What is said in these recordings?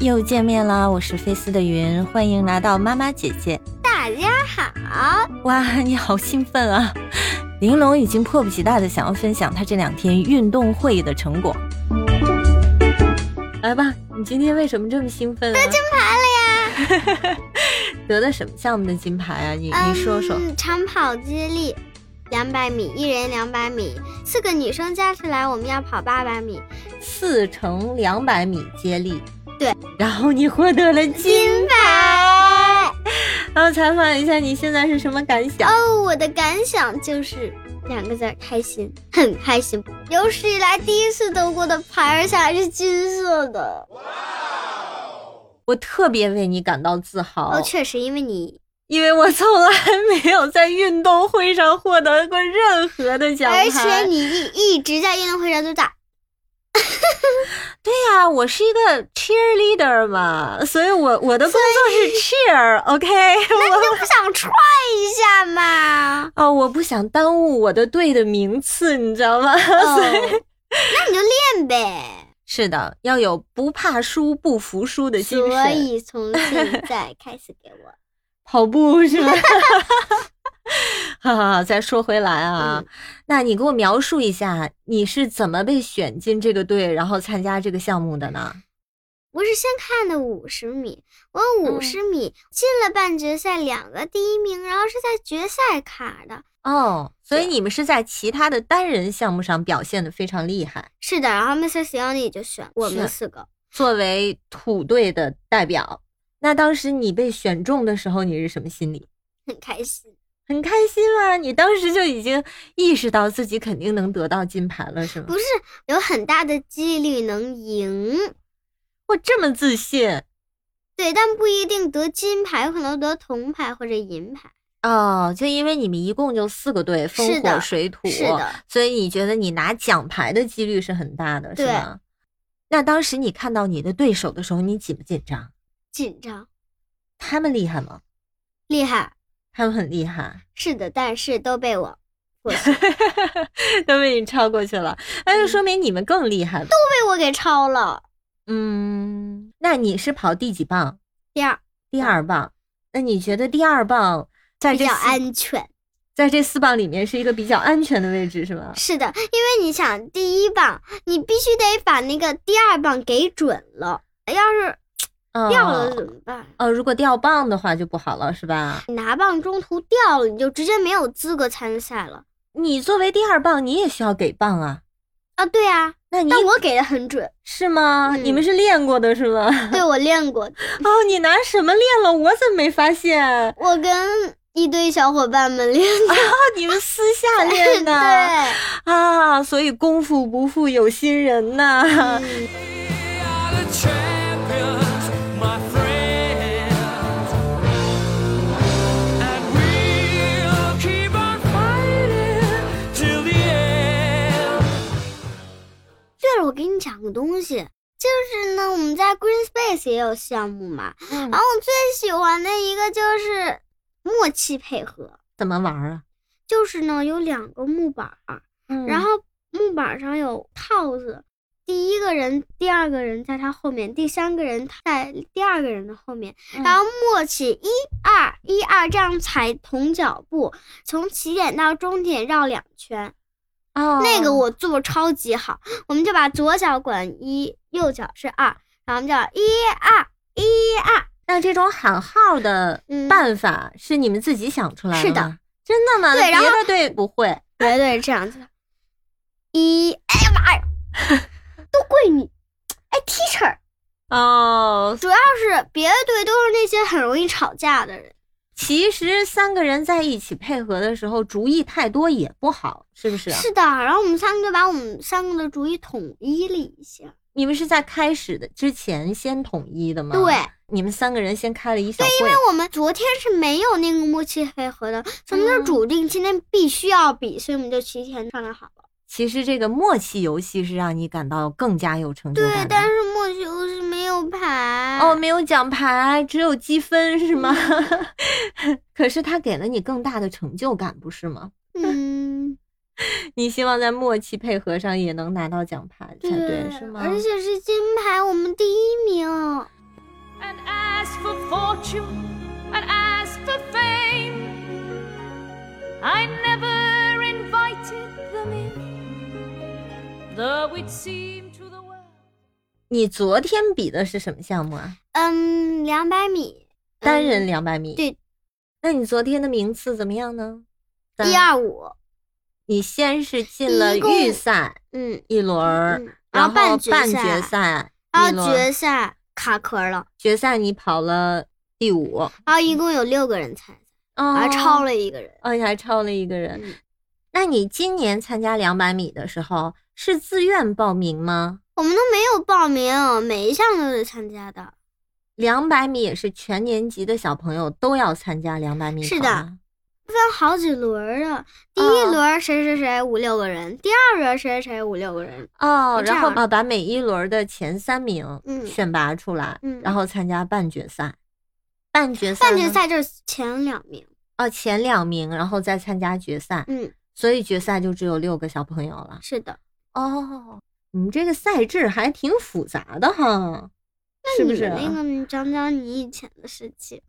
又见面啦！我是菲斯的云，欢迎来到妈妈姐姐。大家好，哇， 你好兴奋啊！ 玲珑已经迫不及待的想要分享她这两天运动会的成果。来吧，你今天为什么这么兴奋啊？金牌了呀！ 得的什么项目的金牌啊？你嗯，你说说。长跑接力，两百米，一人两百米，四个女生加起来我们要跑八百米，四乘两百米接力，对，然后你获得了金。金牌。然后采访一下你现在是什么感想？哦，我的感想就是两个字儿开心， 很开心。有史以来第一次德国的牌，而且还是金色的。我特别为你感到自豪。哦，确实，因为你，因为我从来没有在运动会上获得过任何的奖牌。而且哎你一一直在运动会上 就打。对哎呀、我是一个 cheerleader 嘛，所以我我的工作是 cheer，OK？、那你就不想踹一下 嘛？哦，我不想耽误我的队的名次，你知道吗？ 哦，那你就练呗。是的，要有不怕输、不服输的精所神。以从现在开始给我。跑步是吧？ 哈哈，再说回来 啊，嗯那你给我描述一下你是怎么被选进这个队，然后参加这个项目的呢？我是先看的五十米，我五十嗯米进了半决赛两个第一名，然后是在决赛卡的。哦，所以你们是在其他的单人项目上表现的非常厉害，是的，然后 Mr. s i o n i 就选我们是四个。作为土队的代表。那当时你被选中的时候，你是什么心理？很开心，很开心吗？你当时就已经意识到自己肯定能得到金牌了，是吗不？是有很大的几率能赢，我这么自信对，但不一定得金牌，有可能得铜牌或者银牌。哦，就因为你们一共就四个队，是风的火水土，是的，所以你觉得你拿奖牌的几率是很大的，是对吗？那当时你看到你的对手的时候，你紧不紧张？紧张，他们厉害吗？厉害，他们很厉害。是的，但是都被我过去 都被你超过去了，那就嗯说明你们更厉害了。都被我给超了。嗯，那你是跑第几棒？第二，第二棒。那你觉得第二棒在比这较四安全。在这四棒里面是一个比较安全的位置是吗？是的，因为你想第一棒，你必须得把那个第二棒给准了，要是嗯掉了怎么办？哦，如果掉棒的话就不好了是吧？你拿棒中途掉了，你就直接没有资格参赛了你作为第二棒，你也需要给棒啊。啊！对啊，那你但我给的很 准，是吗？嗯你们是练过的是吗？ 对我练过，哦，你拿什么练了？我怎么没发现？哦我跟一堆小伙伴们练 的，你们私 下练的。对，啊，所以功夫不负有心人呐、嗯 are the champions, my friends. And we'll keep on fighting till the end. 对了，我给你讲个东西，就是呢，我们在 Green Space 也有项目嘛，嗯然后我最喜欢的一个就是默契配合。 怎么玩啊？就是呢，有两个木板儿，然后木板儿上有套子，第一个人、第二个人在他后面，第三个人在第二个人的后面，然后默契一二一二这样踩同脚步，从起点到终点绕两圈。哦，那个我做超级好，我们就把左脚管一，右脚是二，然后我们就一二一二，那这种喊号的嗯，办法是你们自己想出来是的的吗，真的吗？对然别后的队不会。对对，这样子。一，哎呀 妈呀，都怪你！哎，teacher，哦，主要是别的队都是那些很容易吵架的人，其实三个人在一起配合的时候，主意太多也不好，是不是？啊是的。然后我们三个就把我们三个的主意统一了一下，你们是在开始的之前先统一的吗？对，你们三个人先开了一小会。因为我们昨天是没有那个默契配合的，咱们就主定今天必须要比，所以我们就提前商量好了。其实这个默契游戏是让你感到更加有成就对感的。，但是默契又是没有牌哦，，没有奖牌，只有积分是吗？ 可是它给了你更大的成就感，不是吗？嗯，你希望在默契配合上也能拿到奖牌才对，是吗？而且是金牌，我们第一名。 and ask for fortune and ask for fame. I never invited them in, though it seemed to the world. 你昨天比的是什么项目啊？嗯，两百米单人嗯两百米。对。那你昨天的名次怎么样呢？咱一二五，你先是进了一共预赛嗯，一轮儿，嗯然然后后半半决决赛一然后轮儿，决赛卡壳了，决赛你跑了第五，然后一共有六个人参赛，我啊还啊超，了一个人。哦，你还超了一个人。嗯那你今年参加两百米的时候是自愿报名吗？我们都没有报名，每一项都是参加的。两百米也是全年级的小朋友都要参加两百米跑是吗，的分好几轮儿啊，第一嗯轮谁谁谁五六个人，第二轮谁谁谁五六个人。哦，这然后样啊，把每一轮儿的前三名嗯选拔出来，嗯然后参加半决赛。半决赛呢，半决赛就是前两名。哦，前两名，然后再参加决赛，嗯，所以决赛就只有六个小朋友了。是的。哦，你们这个赛制还挺复杂的哈，是那不你是啊？们那个你讲讲你以前的事情。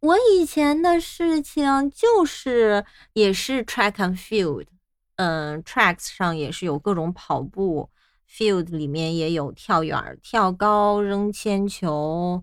我以前的事情就是也是 track and field，嗯，tracks 上也是有各种跑步，field 里面也有跳远儿、跳高、扔铅球，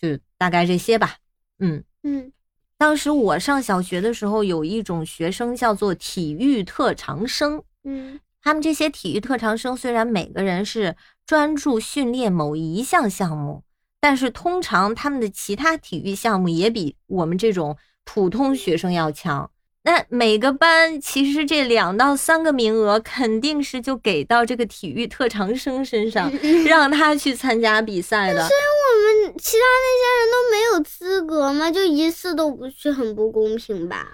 就大概这些吧。嗯，嗯当时我上小学的时候，有一种学生叫做体育特长生，嗯他们这些体育特长生虽然每个人是专注训练某一项项目，但是通常他们的其他体育项目也比我们这种普通学生要强。那每个班其实这两到三个名额肯定是就给到这个体育特长生身 上，让他去参加比赛的。我们其他那些人都没有资格吗？就一次都不是很不公平吧？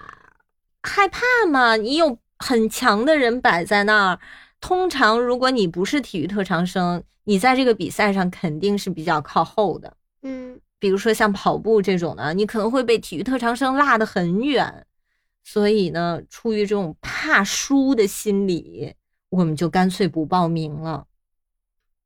害怕嘛，你有很强的人摆在那儿。通常，如果你不是体育特长生，你在这个比赛上肯定是比较靠后的。嗯，比如说像跑步这种的，你可能会被体育特长生落得很远。所以呢，出于这种怕输的心理，我们就干脆不报名了。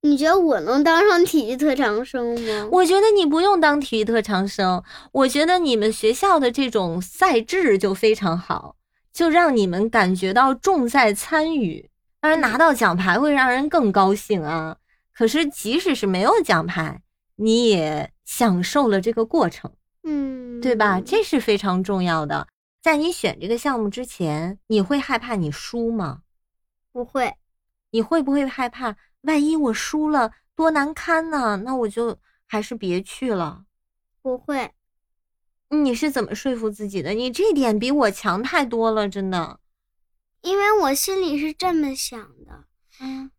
你觉得我能当上体育特长生吗？我觉得你不用当体育特长生，我觉得你们学校的这种赛制就非常好，就让你们感觉到重在参与。当然，拿到奖牌会让人更高兴啊。可是，即使是没有奖牌，你也享受了这个过程。嗯，对吧？这是非常重要的。在你选这个项目之前，你会害怕你输吗？不会。你会不会害怕万一我输了多难堪呢？那我就还是别去了。不会，你是怎么说服自己的？你这点比我强太多了，真的。因为我心里是这么想的：嗯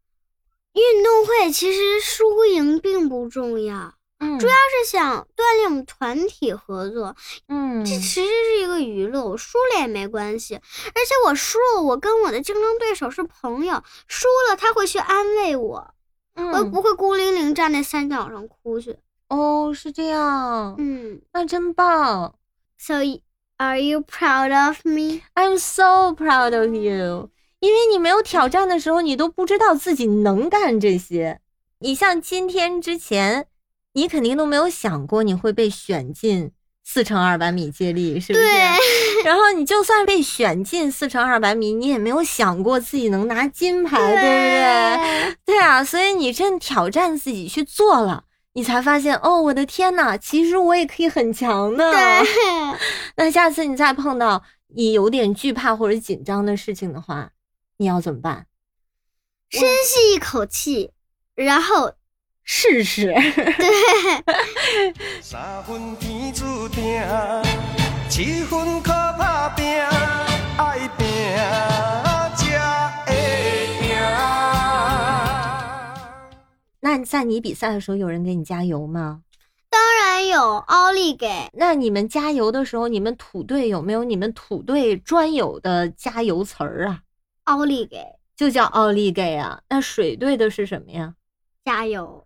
运动会其实输赢并不重要，嗯，主要它是想锻炼我们团体合作，嗯这其实是一个娱乐。我输了也没关系，而且我输了，我跟我的竞争对手是朋友，输了他会去安慰我，我嗯不会孤零零站在山脚上哭去。哦，是这样，嗯那真棒。 ，So are you proud of me？ I'm so proud of you，因为你没有挑战的时候，你都不知道自己能干这些。你像今天之前，你肯定都没有想过你会被选进四乘二百米接力，是不是？对 然后你就算被选进四乘二百米，你也没有想过自己能拿金牌，对不对？对对啊，所以你真挑战自己去做了，你才发现哦，我的天呐，其实我也可以很强的。对， 那下次你再碰到你有点惧怕或者紧张的事情的话，你要怎么办？深吸一口气，然后试试。 对。三分天注定，七分靠打拼，爱拼才会赢。那在你比赛的时候，有人给你加油吗？当然有奥利给，那你们加油的时候，你们土队有没有你们土队专有的加油词儿啊？奥利给，就叫奥利给啊。那水队的是什么呀？加油！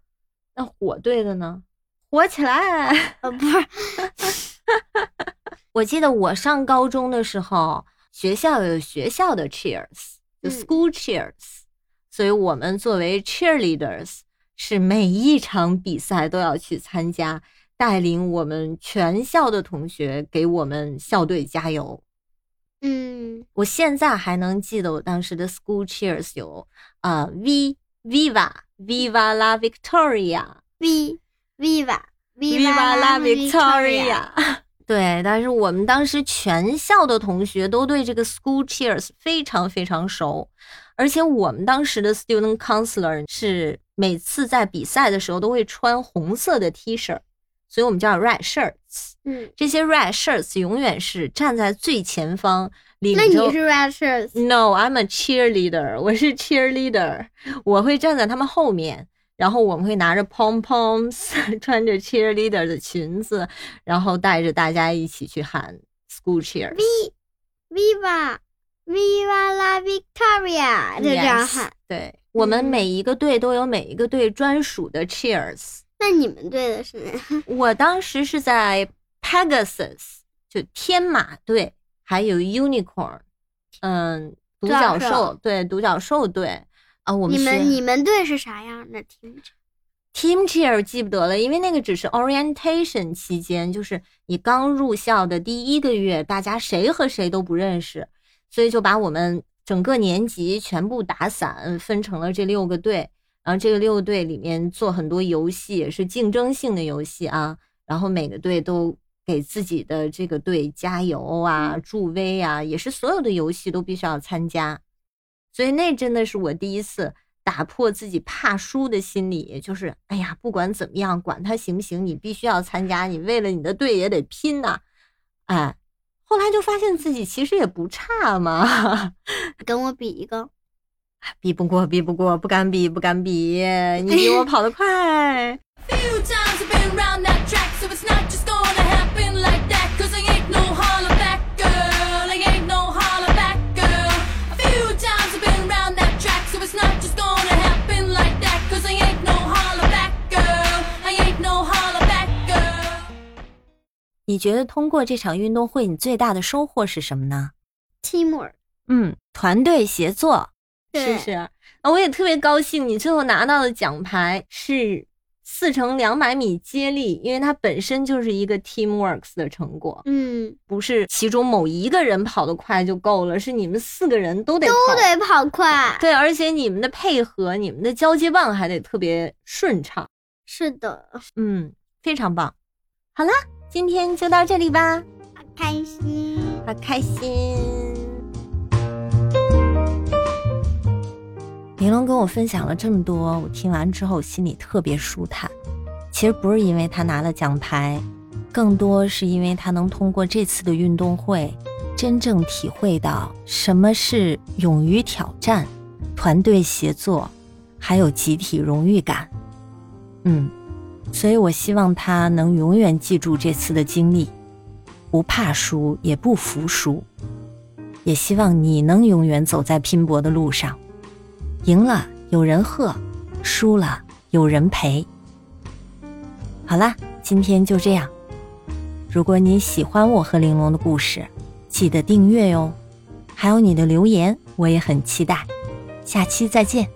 那火队的呢？火起来！呃，不 是，我记得我上高中的时候，学校有学校的 cheers，就嗯 school cheers，、所以我们作为 cheerleaders 是每一场比赛都要去参加。带领我们全校的同学给我们校队加油。嗯我现在还能记得我当时的 school cheers 有啊、V Viva Viva la Victoria ，V Viva Viva la Victoria， Victoria。对，但是我们当时全校的同学都对这个 school cheers 非常非常熟，而且我们当时的 student counselor 是每次在比赛的时候都会穿红色的 T 恤，所以我们叫 red shirts。嗯，这些 red shirts 永远是站在最前方，领那你着是 Red Shirts， No, I'm a cheerleader. 我是 cheerleader，我会站在他们后面，然后我们会拿着 pom poms，穿 着 cheerleader 的裙子，然后带着大家一起去喊 school cheer。 V Viva Viva la Victoria，就这样 Yes，喊。对我们嗯每一个队都有每一个队专属的 cheers。那你们队的是哪？我当时是在 Pegasus，就天马队，还有 Unicorn，嗯，独角角兽兽，对，独角兽队。啊，我们你是们你们队是啥样的？听着， Team cheer 记不得了，因为那个只是 orientation 期间，就是你刚入校的第一个月，大家谁和谁都不认识，所以就把我们整个年级全部打散，分成了这六个队。然后这个六个队里面做很多游戏，也是竞争性的游戏啊。然后每个队都给自己的这个队加油啊、助威啊，也是所有的游戏都必须要参加。所以那真的是我第一次打破自己怕输的心理，就是哎呀，不管怎么样，管他行不行，你必须要参加，你为了你的队也得拼呐、哎，后来就发现自己其实也不差嘛， 跟我比一个。比不过，比不过，不敢比，不敢比，你比我跑得快。 Few times I've been round that track, so it's not just gonna happen like that. Cause I ain't no holler back girl, I ain't no holler back girl. A few times I've been round that track, so it's not just gonna happen like that. Cause I ain't no holler back girl, I ain't no holler back girl. 你觉得通过这场运动会，你最大的收获是什么呢？ teamwork，嗯，团队协作，是对不是？啊，我也特别高兴，你最后拿到的奖牌是四乘两百米接力，因为它本身就是一个 teamworks 的成果，嗯，不是其中某一个人跑得快就够了，是你们四个人都得跑。都得跑快。对，而且你们的配合，你们的交接棒还得特别顺畅，是的，嗯，非常棒。好啦，今天就到这里吧，开心。好开心。玲珑跟我分享了这么多，我听完之后心里特别舒坦。其实不是因为她拿了奖牌，更多是因为她能通过这次的运动会，真正体会到什么是勇于挑战、团队协作，还有集体荣誉感。嗯，所以我希望她能永远记住这次的经历。不怕输，也不服输。也希望你能永远走在拼搏的路上，赢了有人喝，输了有人陪。好啦，今天就这样。如果你喜欢我和玲珑的故事，记得订阅哟，还有你的留言，我也很期待。下期再见。